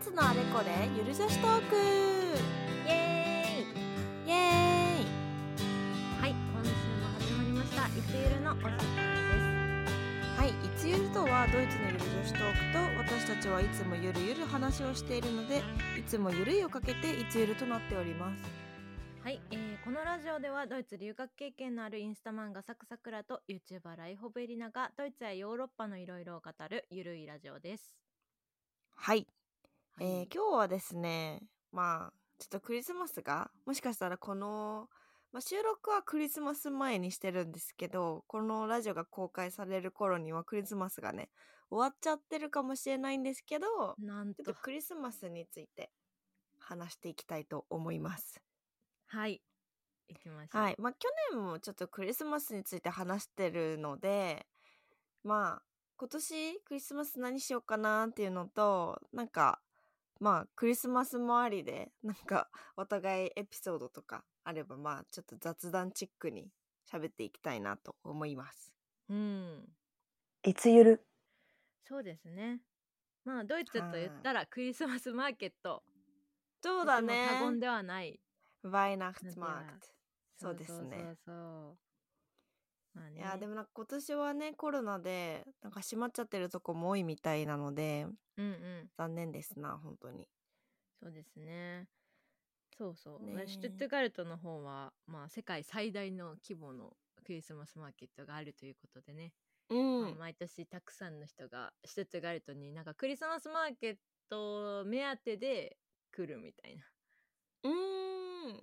ツのあれこれゆる女子トークイエーイイエーイはい今週も始まりましたいつゆるのお時間ですはい、いつゆるとはドイツのゆる女子トークと私たちはいつもゆるゆる話をしているのでいつもゆるいをかけていつゆるとなっておりますはい、えーこのラジオではドイツ留学経験のあるインスタ漫画サクサクラと YouTuber ライホベリナがドイツやヨーロッパのいろいろを語るゆるいラジオですはい、はえいー今日はですねまあちょっとクリスマスがもしかしたらこの、まあ、収録はクリスマス前にしてるんですけどこのラジオが公開される頃にはクリスマスがね終わっちゃってるかもしれないんですけどなんちょっととクリスマスについて話していきたいと思いますはい行きましょうはい、まあ、去年もちょっとクリスマスについて話してるのでまあ今年クリスマス何しようかなっていうのとなんかまあクリスマス周りでなんか お互いエピソードとかあればまあちょっと雑談チックに喋っていきたいなと思います。うんいつゆるそうですねまあドイツと言ったらクリスマスマーケットそそうだ過言ね。ではないバイナクツマーなんクト。そうですね。そうそうそうまあねいやでもなんか今年はねコロナでなんか閉まっちゃってるとこも多いみたいなのでうんうん残念ですな本当に。そうですね。そうそう。ねえシュトゥットガルトの方は、まあ、世界最大の規模のクリスマスマーケットがあるということでね、うんまあ毎年たくさんの人がシュトゥットガルトになんかクリスマスマーケット目当てで来るみたいな。うーん。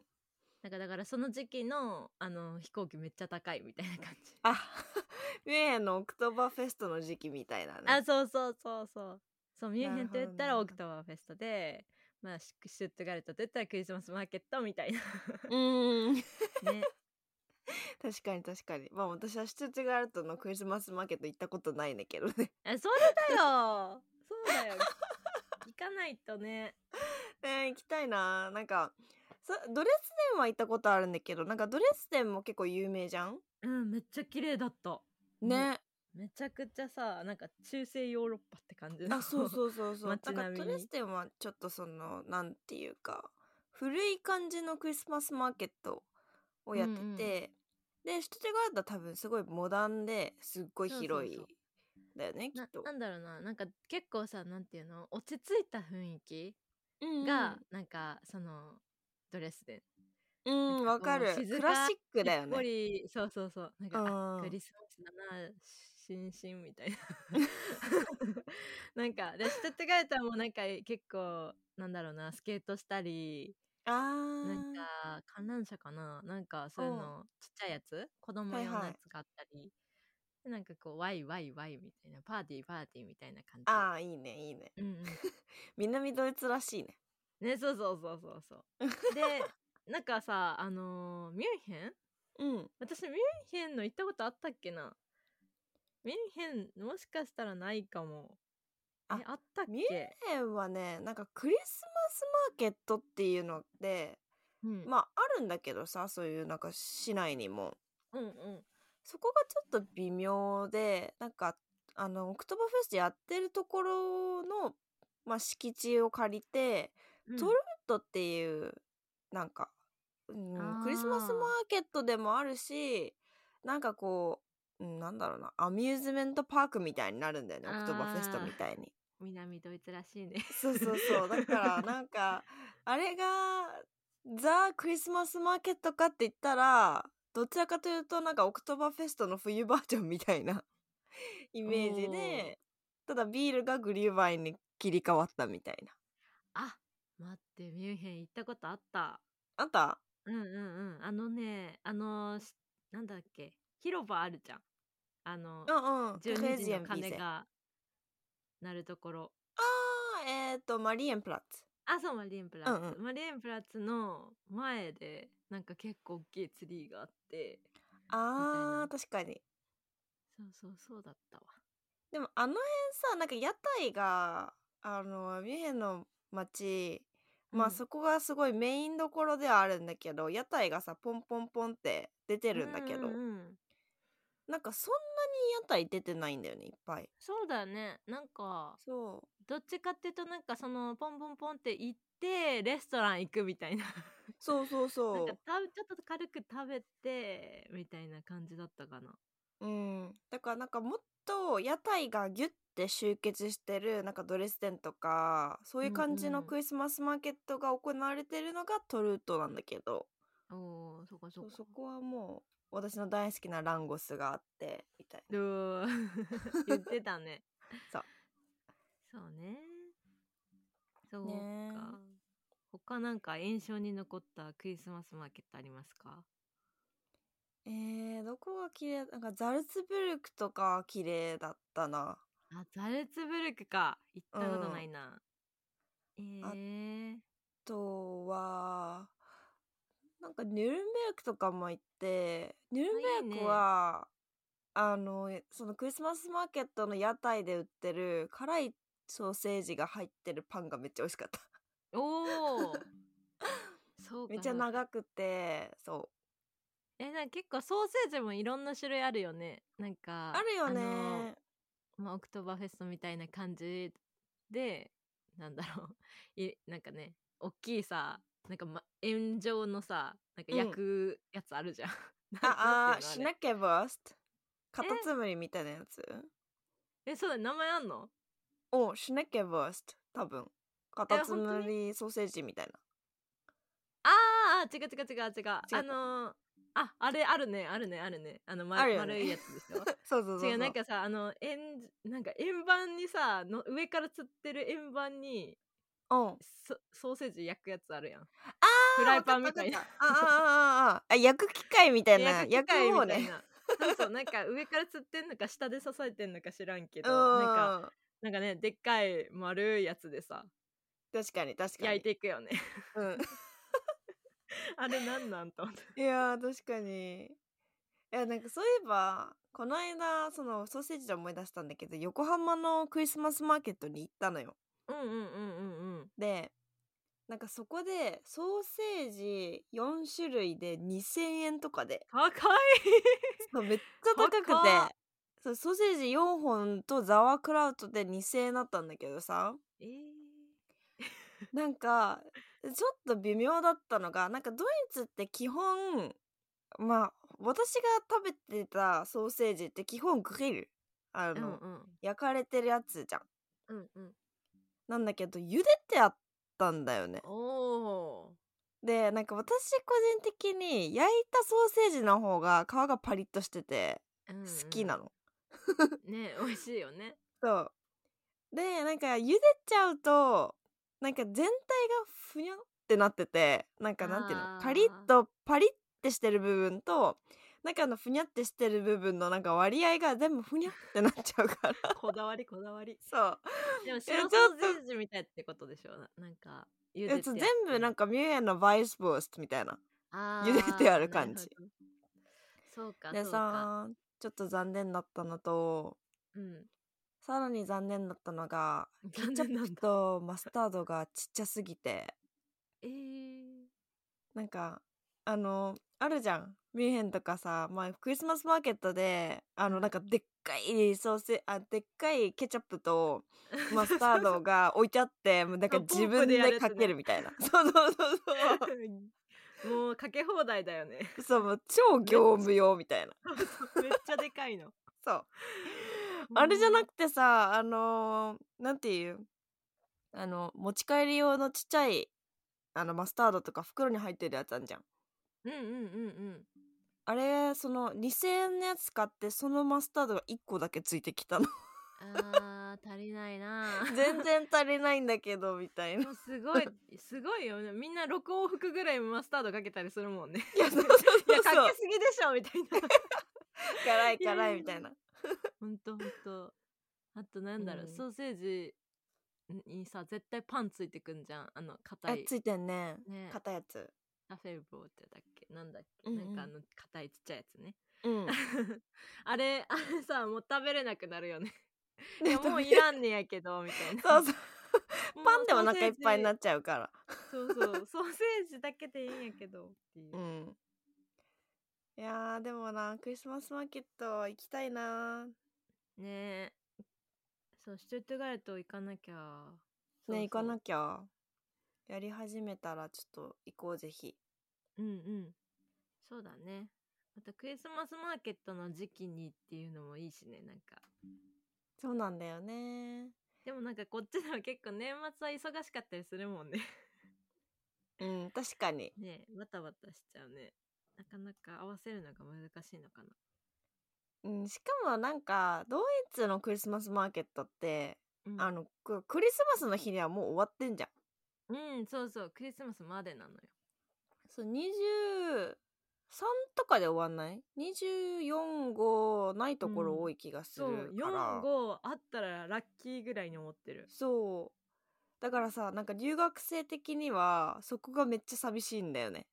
なんかだからその時期のあの飛行機めっちゃ高いみたいな感じ。あ、 ミュンヘンのオクトーバーフェストの時期みたいなね。あ、そうそうそうそう。そう、ミュンヘンと言ったなるらほどオクトーバーフェストで、まあ、シュシュトゥットガルトと言ったらクリスマスマーケットみたいな。うーん。ね。 確かに確かに。まあ私はシュトゥットガルトのクリスマスマーケット行ったことないんだけどね。 えそれだよ そうだよ行かないとねね行きたいな。なんか、そドレスデンは行ったことあるんだけど、なんかドレスデンも結構有名じゃんうんめっちゃ綺麗だったね。めちゃくちゃさなんか中世ヨーロッパって感じあ、そううそうそうそう。なんか街並みドにレスデンはちょっとその、なんていうか、古い感じのクリスマスマーケットをやってて、うんうんで、シュトゥットガルトは多分すごいモダンですっごいそうそう広い。そうだよねきっ なとなんだろうななんか結構さなんていうの落ち着いた雰囲気うんうんが、なんかそのドレスでうんなわんかかこるう静かクラシックだよほねりそうそうそうなんかうあんクリスマスだなしんしんみたいな なんかで人って書いたらもうなんか結構なんだろうなスケートしたりあーなんか観覧車かななんかそういうのちっちゃいやつ子供はい用はいのやつがあったり、でなんかこうワイワイワイみたいなパーティーパーティーみたいな感じあーいいねいいねうんうん南ドイツらしいねねそうそうそうそうそう でなんかさあのーミュンヘンうん私ミュンヘンの行ったことあったっけなミュンヘンもしかしたらないかもあえあったっミュンけ、ヘンはねなんかクリスマスマーケットっていうのってうん、まああるんだけどさそういうなんか市内にもうんうんそこがちょっと微妙でなんかあのオクトバーフェストやってるところの、まあ、敷地を借りてうんトルットっていうなんか、うん、クリスマスマーケットでもあるしなんかこう、うん、なんだろうなアミューズメントパークみたいになるんだよねオあークトーバーフェストみたいに。南ドイツらしいね そうそうそうだからなんかあれがザ・クリスマスマーケットかって言ったらどちらかというとなんかオクトーバーフェストの冬バージョンみたいな イメージでただビールがグリューバインに切り替わったみたいな。あ待ってミュンヘン行ったことあったあんたうんうんうんあのねあのしなんだっけ広場あるじゃんあうんのうん。 12時 Theresienwiese の鐘が鳴るところあえっ、と、マリエンプラッツ。あそうマリエンプラッツ、うんうんマリエンプラッツの前でなんか結構大きいツリーがあってあみたいなー、確かに。そうそうそうだったわでも、あの辺さ、なんか屋台が、あの、ミュンヘンの街、まあうんそこがすごいメインどころではあるんだけど、屋台がさ、ポンポンポンって出てるんだけど、うんうんうんなんかそんなに屋台出てないんだよねいっぱいそうだよねなんかそどっちかっていうとなんかそのポンポンポンって行ってレストラン行くみたいな うそうそうなんそか食べちょっと軽く食べてみたいな感じだったかなううんだからなんかもっと屋台がギュッて集結してるなんかドレスデンとかそういう感じうんのうんクリスマスマーケットが行われてるのがトルートなんだけど、おーそこそそうこそ こはもう私の大好きなランゴスがあってみたいうー 言ってたね そうそうねそうか、ね他なんか印象に残ったクリスマスマーケットありますかなえー、どこが綺麗なんかザルツブルクとか綺麗だったなあザルツブルクか行ったことないな、あえーあとはなんかニュルンベルクとかも行ってニュルンベルクはあのそのクリスマスマーケットの屋台で売ってる辛いソーセージが入ってるパンがめっちゃ美味しかった おおそうかめっちゃ長くてそうえなんか結構ソーセージもいろんな種類あるよねなんかあるよねのまあ、オクトーバーフェストみたいな感じでなんだろう いなんかね大きいさなんか、ま、円状のさなんか焼くやつあるじゃん、 あなんあてシいうのュナケバーストカタツムリみたいなやつれえそうだ名前あんのおシュネケバースト多分カタツムリソーセージみたいなあーあー違う違う違う違うあのーああれあるねあるねあるねあの、まあるよね丸いやつでしょ そうそうそうそう違うなんかさあの円なんか円盤にさの上から釣ってる円盤にうんソソーセージ焼くやつあるやんあーフライパンみたいなわかったわかったあああああああ焼く機械みたいな焼焼く機械く方みたいね なそうそうなんか上から釣ってんのか下で支えてんのか知らんけうどんなんかなんかねでっかい丸いやつでさ確かに確かに焼いていくよね うんあれなんなんと思っていやー確かにいやなんかそういえばこの間そのソーセージで思い出したんだけど横浜のクリスマスマーケットに行ったのようんうんうんうんうんでなんかそこでソーセージ4種類で2,000円とかで高い そうめっちゃ高くて高っそうソーセージ4本とザワークラウトで2,000円だったんだけどさえー、なんかちょっと微妙だったのがなんかドイツって基本まあ私が食べてたソーセージって基本グリルあうんの、うん焼かれてるやつじゃんうんうんなんだけど茹でてあったんだよねおおでなんか私個人的に焼いたソーセージの方が皮がパリッとしててー、うんうん好きなの、 ね美味しいよねそうでなんか茹でちゃうとなんか全体がふにゃんってなっててなんかなんていうあのーカリッとパリッてしてる部分となんかあのふにゃってしてる部分のなんか割合が全部ふにゃってなっちゃうから こだわりこだわりそうでもちょ白っソとーセージみたいってことでしょななんか茹でてやつ全部なんかかミュエのバイスボーストみたいな茹でてある感じそうかでそうかさちょっと残念だったのとうんさらに残念だったのがケ 残チャ念なんップだとマスタードがちっちゃすぎて えー、 なんかあのあるじゃんミュンヘンとかさ、まあ、クリスマスマーケットであのなんかでっかいソーセあでっかいケチャップとマスタードが置いてあってもうなんかあ ポンプ自分でやるでやつかねけるみたいな そうそうそうそもうかけ放題だ よねうそうもう超業務用みたいなめっちゃでか いのそうあれじゃなくてさあのーなんていうあの持ち帰り用のちっちゃいあのマスタードとか袋に入ってるやつあんじゃんうんうんうんあれその2,000円のやつ買ってそのマスタードが1個だけついてきたの うんあー足りないな全然足りないんだけどみたいな でもすごいすごいよねみんな6往復ぐらいマスタードかけたりするもんねいやそうそうい そやうかそうけすぎでしょみ たいな辛いいやいや辛いいやみたいなほんとほんとあとなんだろう、うんソーセージにさ絶対パンついてくんじゃんあの硬あいついてんねね硬いやつラフェルボーってだっけなんだっけ、うんうんなんかあの硬いちっちゃいやつね うん あれあれさもう食べれなくなる よねいねやもういらんねやけどみたいな そうそうもうパンでお腹いっぱいになソっちゃうから ーセージそうそうソーセージだけでいいんやけどっていうう、んいやーでもなクリスマスマーケット行きたいなねえそうシュトゥットガルト行かなきゃそうね行かなゃきゃやり始めたらちょっと行こうぜひうんうんそうだねまたクリスマスマーケットの時期にっていうのもいいしねなんかそうなんだよねでもなんかこっちでは結構年末は忙しかったりするもんねうん確かにねえバタバタしちゃうねなかなか合わせるのが難しいのかなうん、しかもなんかドイツのクリスマスマーケットって、うんあのくクリスマスの日にはもう終わってんじゃんうんそうそうクリスマスまでなのよそう23とかで終わんない ?245 ないところ多い気がすそうるから、 45あったらラッキーぐらいに思ってるそうだからさなんか留学生的にはそこがめっちゃ寂しいんだよね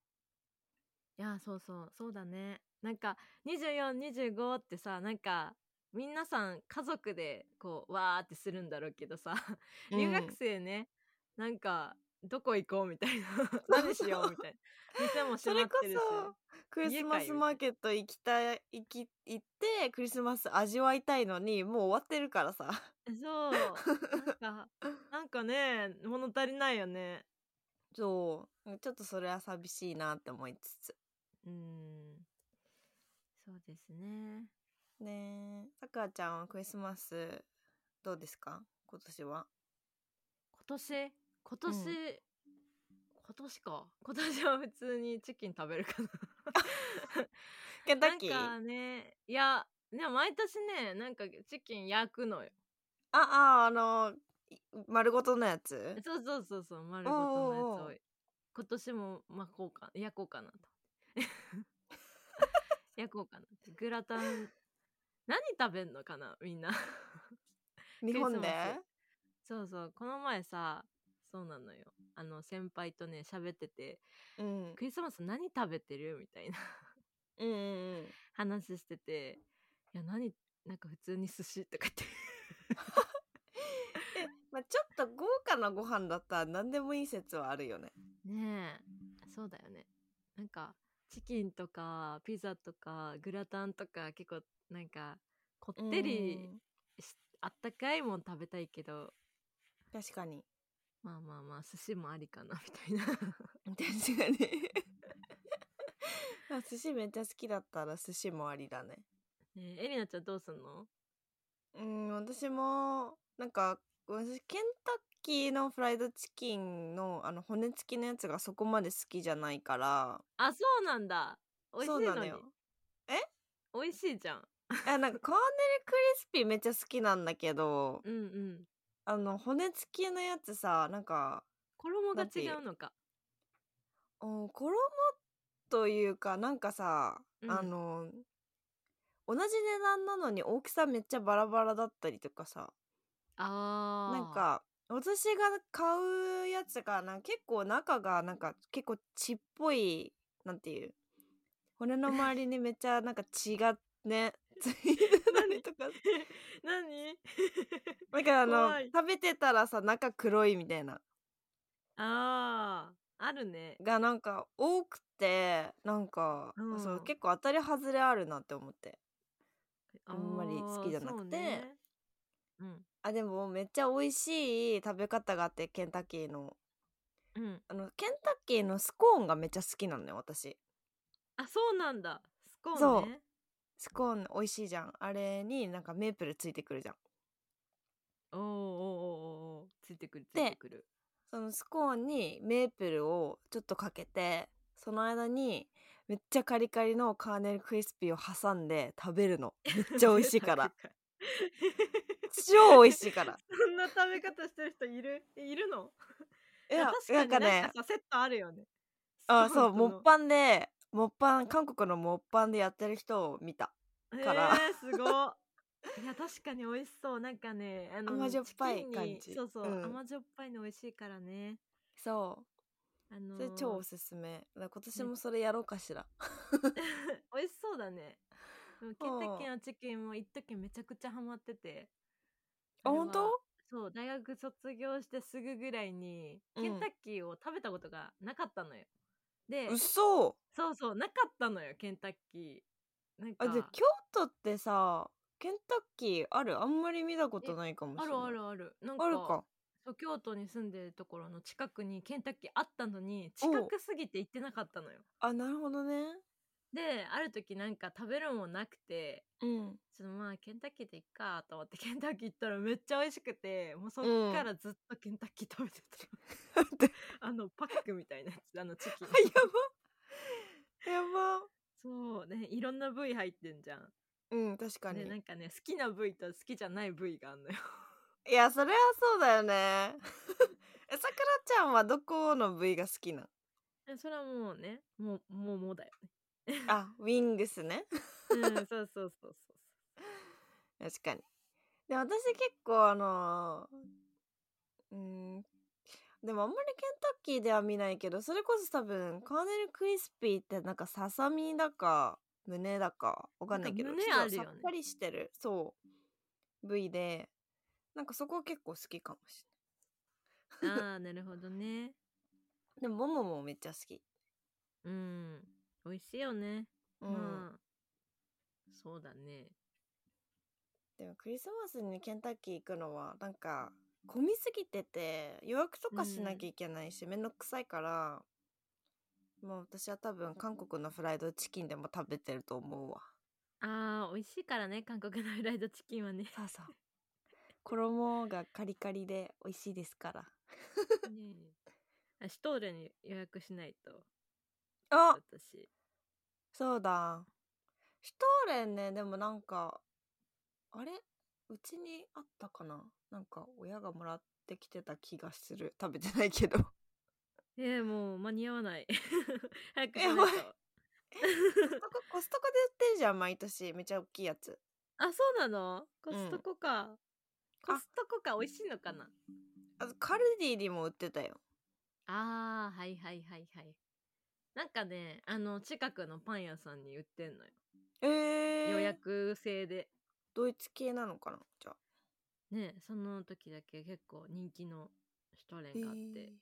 いやそうそうそうだねなんか2425ってさなんか皆さん家族でこうわーってするんだろうけどさ留学生ね、なんかどこ行こうみたいな 何しようみたいな店もそ閉れまっこてるしそクリスマ家かスよマーケット行きたい行き行ってクリスマス味わいたいのにもう終わってるからさそうなんかなんかね物足りないよねそうちょっとそれは寂しいなって思いつつうんそうですねねえさくらちゃんはクリスマスどうですか今年は今年今年、うん今年か今年は普通にチキン食べるかな ケンタなッんキーかねいやでも毎年ねなんかチキン焼くのよあああのい丸ごとのやつそうそうそうそう丸ごとのやおうおうつおをう今年も巻こうか焼こうか なと焼こうかなグラタン何食べんのかなみんな日本でクリスマそうそうこの前さそうなのよあの先輩とね喋っててうん「クリスマス何食べてる?」みたいなうんうんうん話してて「いや何なんか普通に寿司とかって まあ、ちょっと豪華なご飯だったら何でもいい説はあるよねねえそうだよねなんかチキンとかピザとかグラタンとか結構なんかこってりしあったかいもん食べたいけどうん確かに まあまあまあ寿司もありかなみたいな 確かに あ寿司めっちゃ好きだったら寿司もありだねねえエリナちゃんどうすんのうん私もなんか私ケンタッキーのフライドチキンのあの骨付きのやつがそこまで好きじゃないからあそうなんだ美味しいそうなののによ美味しいじゃんあなんかコーネルクリスピーめっちゃ好きなんだけどうんうんあの骨付きのやつさなんか衣がだって違うのかうん衣というかなんかさ、うんあの同じ値段なのに大きさめっちゃバラバラだったりとかさあーなんか私が買うやつがなんか結構中がなんか結構血っぽいなんていう骨の周りにめっちゃなんか血がね ついてたりとか何 なんかあの怖い食べてたらさ中黒いみたいなあああるねがなんか多くてなんか、うんそう結構当たり外れあるなって思ってあんまり好きじゃなくてあーそうねうんあでもめっちゃ美味しい食べ方があってケンタッキーのうんあのケンタッキーのスコーンがめっちゃ好きなのよ私あそうなんだスコーンねそうスコーン美味しいじゃんあれになんかメープルついてくるじゃんおーおーおーおーついてくるつでいてくるそのスコーンにメープルをちょっとかけてその間にめっちゃカリカリのカーネルクリスピーを挟んで食べ るのめっちゃ美味しいから超美味しいから そんな食べ方してる人いるいるのいや確かなにんかねなんかさセットあるよね あそうモッもパンでモッパン韓国のモッパンでやってる人を見たンンからえー、すごっいや確かに美味しそうなんかねあの甘じょっぱいチキンに感じそうそう、うん甘じょっぱいの美味しいからねそあのうーそれ超おすすめだから今年もそれやろうかしら、 美味しそうだね。でもケそうンタッキーのチキンも一時めちゃくちゃハマってて。あれは本当そう、大学卒業してすぐぐらいに、うんケンタッキーを食べたことがなかったのよ。で、嘘そうそうなかったのよケンタッキーなんかあで京都ってさケンタッキーあるあんまり見たことないかもしあれなるいあるあるなんかあるかそう京都に住んでるところの近くにケンタッキーあったのに近くすぎて行ってなかったのよあなるほどねである時なんか食べるもんなくて うんちょっとまあケンタッキーでいっかと思って ケンタッキー行ったらめっちゃ美味しくてもうそっからずっとケンタッキー食べてた、であのパックみたいなや つあのチキンやばそうねいろんな部位入ってんじゃんうん確かでなにんかね好きな部位と好きじゃない部位があん のよいやそれはそうだよね えさくらちゃんはどこの部位が好き なんでそれはもうねもうもうもうだよねあウィングスねうんそうそうそうそう確かにで私結構あのーうーんでもあんまりケンタッキーでは見ないけどそれこそ多分カーネルクリスピーってなんかささみだか胸だかわかんないけどなんか胸ちょっとあるよねさっぱりしてるそう部位でなんかそこ結構好きかもしそう ああなるほどねれないでももももめっちゃ好きうん美味しいよね、うん、まあそうだねでもクリスマスにケンタッキー行くのはなんか混みすぎてて予約とかしなきゃいけないし、めんどくさいからもう私は多分韓国のフライドチキンでも食べてると思うわあー美味しいからね韓国のフライドチキンはねそうそう 衣がカリカリで美味しいですからねえあシュトーレに予約しないとあ私そうだシュトーレンねでもなんかあれうちにあったかななんか親がもらってきてた気がする食べてないけどえー、もう間に合わない 早くしやないばい とコ ストコで売ってんじゃん毎年めちゃ大きいやつ あそうなのコストコか、コストコか美味しいのかなあとカルディにも売ってたよ。あーはいはいはいはいなんかねあの近くのパン屋さんに売ってんのよ、えー予約制でドイツ系なのかなじゃあ。ねその時だけ結構人気のシュトーレンがあって、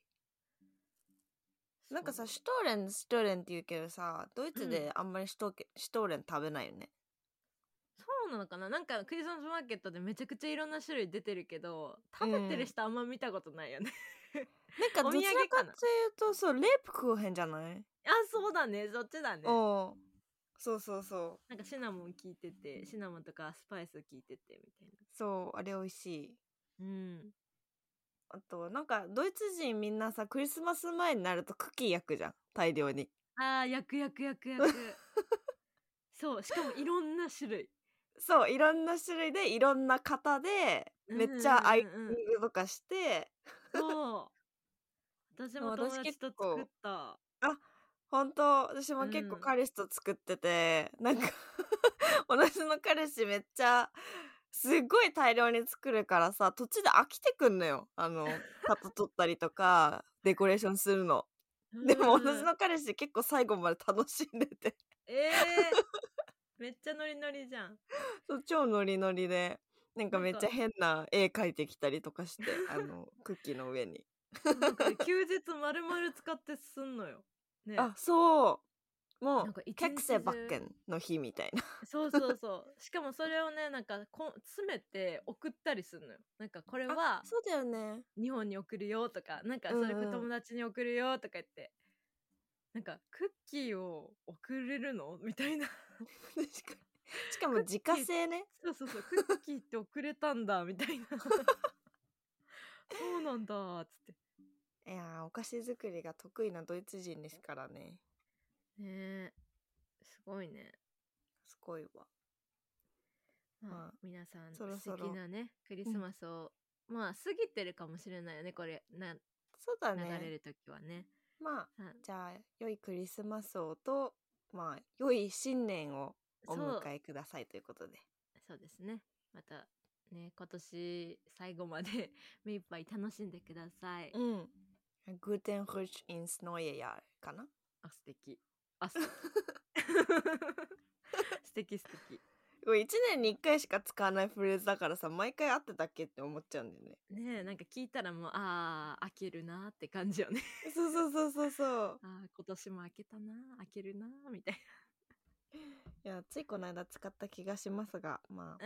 なんかさそうシュトーレンシュトーレンって言うけどさドイツであんまりシュトーケシュトーレン食べないよね。そうなのかななんかクリスマスマーケットでめちゃくちゃいろんな種類出てるけど食べてる人あんま見たことないよね、 なんかどお土ちら産かかといなうとそうレープクーヘンじゃない、あそうだねそっちだねおうそうそうそうなんかシナモン効いててシナモンとかスパイス効いててみたいそうあれ美味しい。なうんあとなんかドイツ人みんなさクリスマス前になるとクッキー焼くじゃん大量に。あー焼く焼く焼く焼く そうしかもいろんな種類そういろんな種類でいろんな型でめっちゃアイシうんうんうんンうんグとかして。そう私も友達と作私結った本当私も結構うん彼氏と作ってて、なんか 私の彼氏めっちゃすっごい大量に作るからさ途中で飽きてくんのよあの型取ったりとかデコレーションするのでもうん私の彼氏結構最後まで楽しんでて えー、めっちゃノリノリじゃんそう超ノリノリでなんかなめっんかちゃ変な絵描いてきたりとかしてあのクッキーの 上になんかね休日まるまる使ってすんのよねあそうも なんうか一キャクセ日バ中ッケンの日みたいな そうそうそうしかもそれをねなんかこん詰めて送ったりするのよなんかこれはあそうだよね日本に送るよとかなんかうんうそんれ友達に送るよとか言って、なんかクッキーを送れるの みたいな確かに しかも自家製ねそうそうそうクッキーって送れたんだみたいな そうなんだっつっいやーお菓子作りが得意なドイツ人ですからねて ねえすごいね、すごいわままああ、皆さんそろそろ素敵なねクリスマスを、まあ過ぎてるかもしれないよねこれなそうだ流れねる時はねまあはいじゃあ良いクリスマスをとまあ良い新年をおそ迎うえくださいということでそうですね。またね、今年最後まで 目いっぱい楽しんでください。うんグーテンフッシュインスノイエヤーかな あ、素敵。あ、素敵。素敵素敵。これ1年に1回しか使わないフレーズだからさ毎回合ってたっけって思っちゃうんだよねねえなんか聞いたらもうああ開けるなーって感じよね そうそうそうそうそうああ今年も開けたなー開けるなーみたいいやついこの間使った気がしますがまな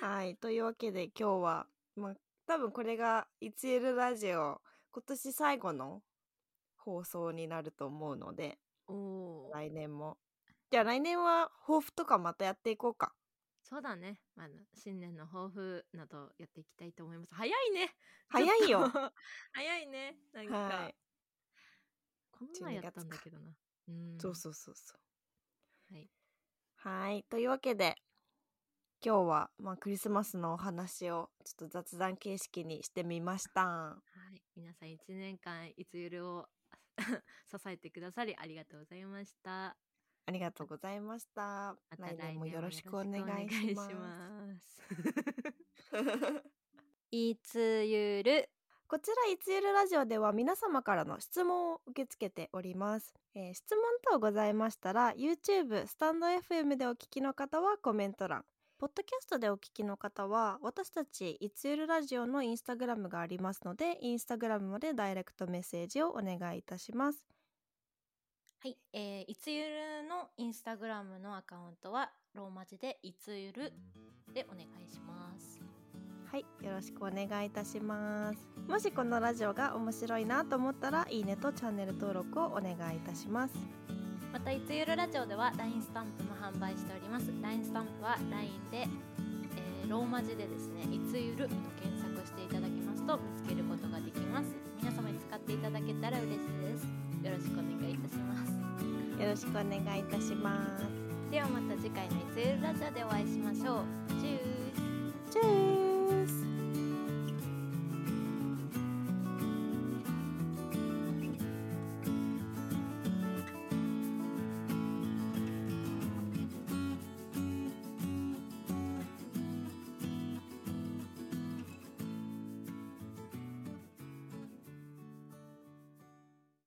あ はいというわけで今日はまあ多分これが「いつゆるラジオ」今年最後の放送になると思うのでおー来年もじゃあ来年は抱負とかまたやっていこうかそうだね、まあ、新年の抱負などやっていきたいと思います早いね早いちよょっと 早いねなんか、はいこの前やったんだけどなうんそうそうそうそうはいはい。というわけで、今日は、まあ、クリスマスのお話をちょっと雑談形式にしてみました。はい、皆さん一年間いつゆるを 支えてくださりありがとうございました。ありがとうございました。また来年もよろしくお願いよろしくおます。願い しますいつゆる こちら、いつゆるラジオでは皆様からの質問を受け付けております。えー質問等ございましたら、YouTube、スタンド FM でお聞きの方はコメント欄。ポッドキャストでお聞きの方は、私たち、いつゆるラジオのインスタグラムがありますので、インスタグラムまでダイレクトメッセージをお願いいたします。 はい、えーいつゆるのインスタグラムのアカウントはローマ字でいつゆるでお願いします。はい、よろしくお願いいたします。もしこのラジオが面白いなと思ったら、いいねとチャンネル登録をお願いいたします。またいつゆるラジオでは LINE スタンプも販売しております。LINE スタンプは LINE で、えーローマ字でですね、いつゆると検索していただきますと見つけることができます。皆様に使っていただけたら嬉しいです。よろしくお願いいたします。よろしくお願いいたします。ではまた次回のいつゆるラジオでお会いしましょう。チュースチュー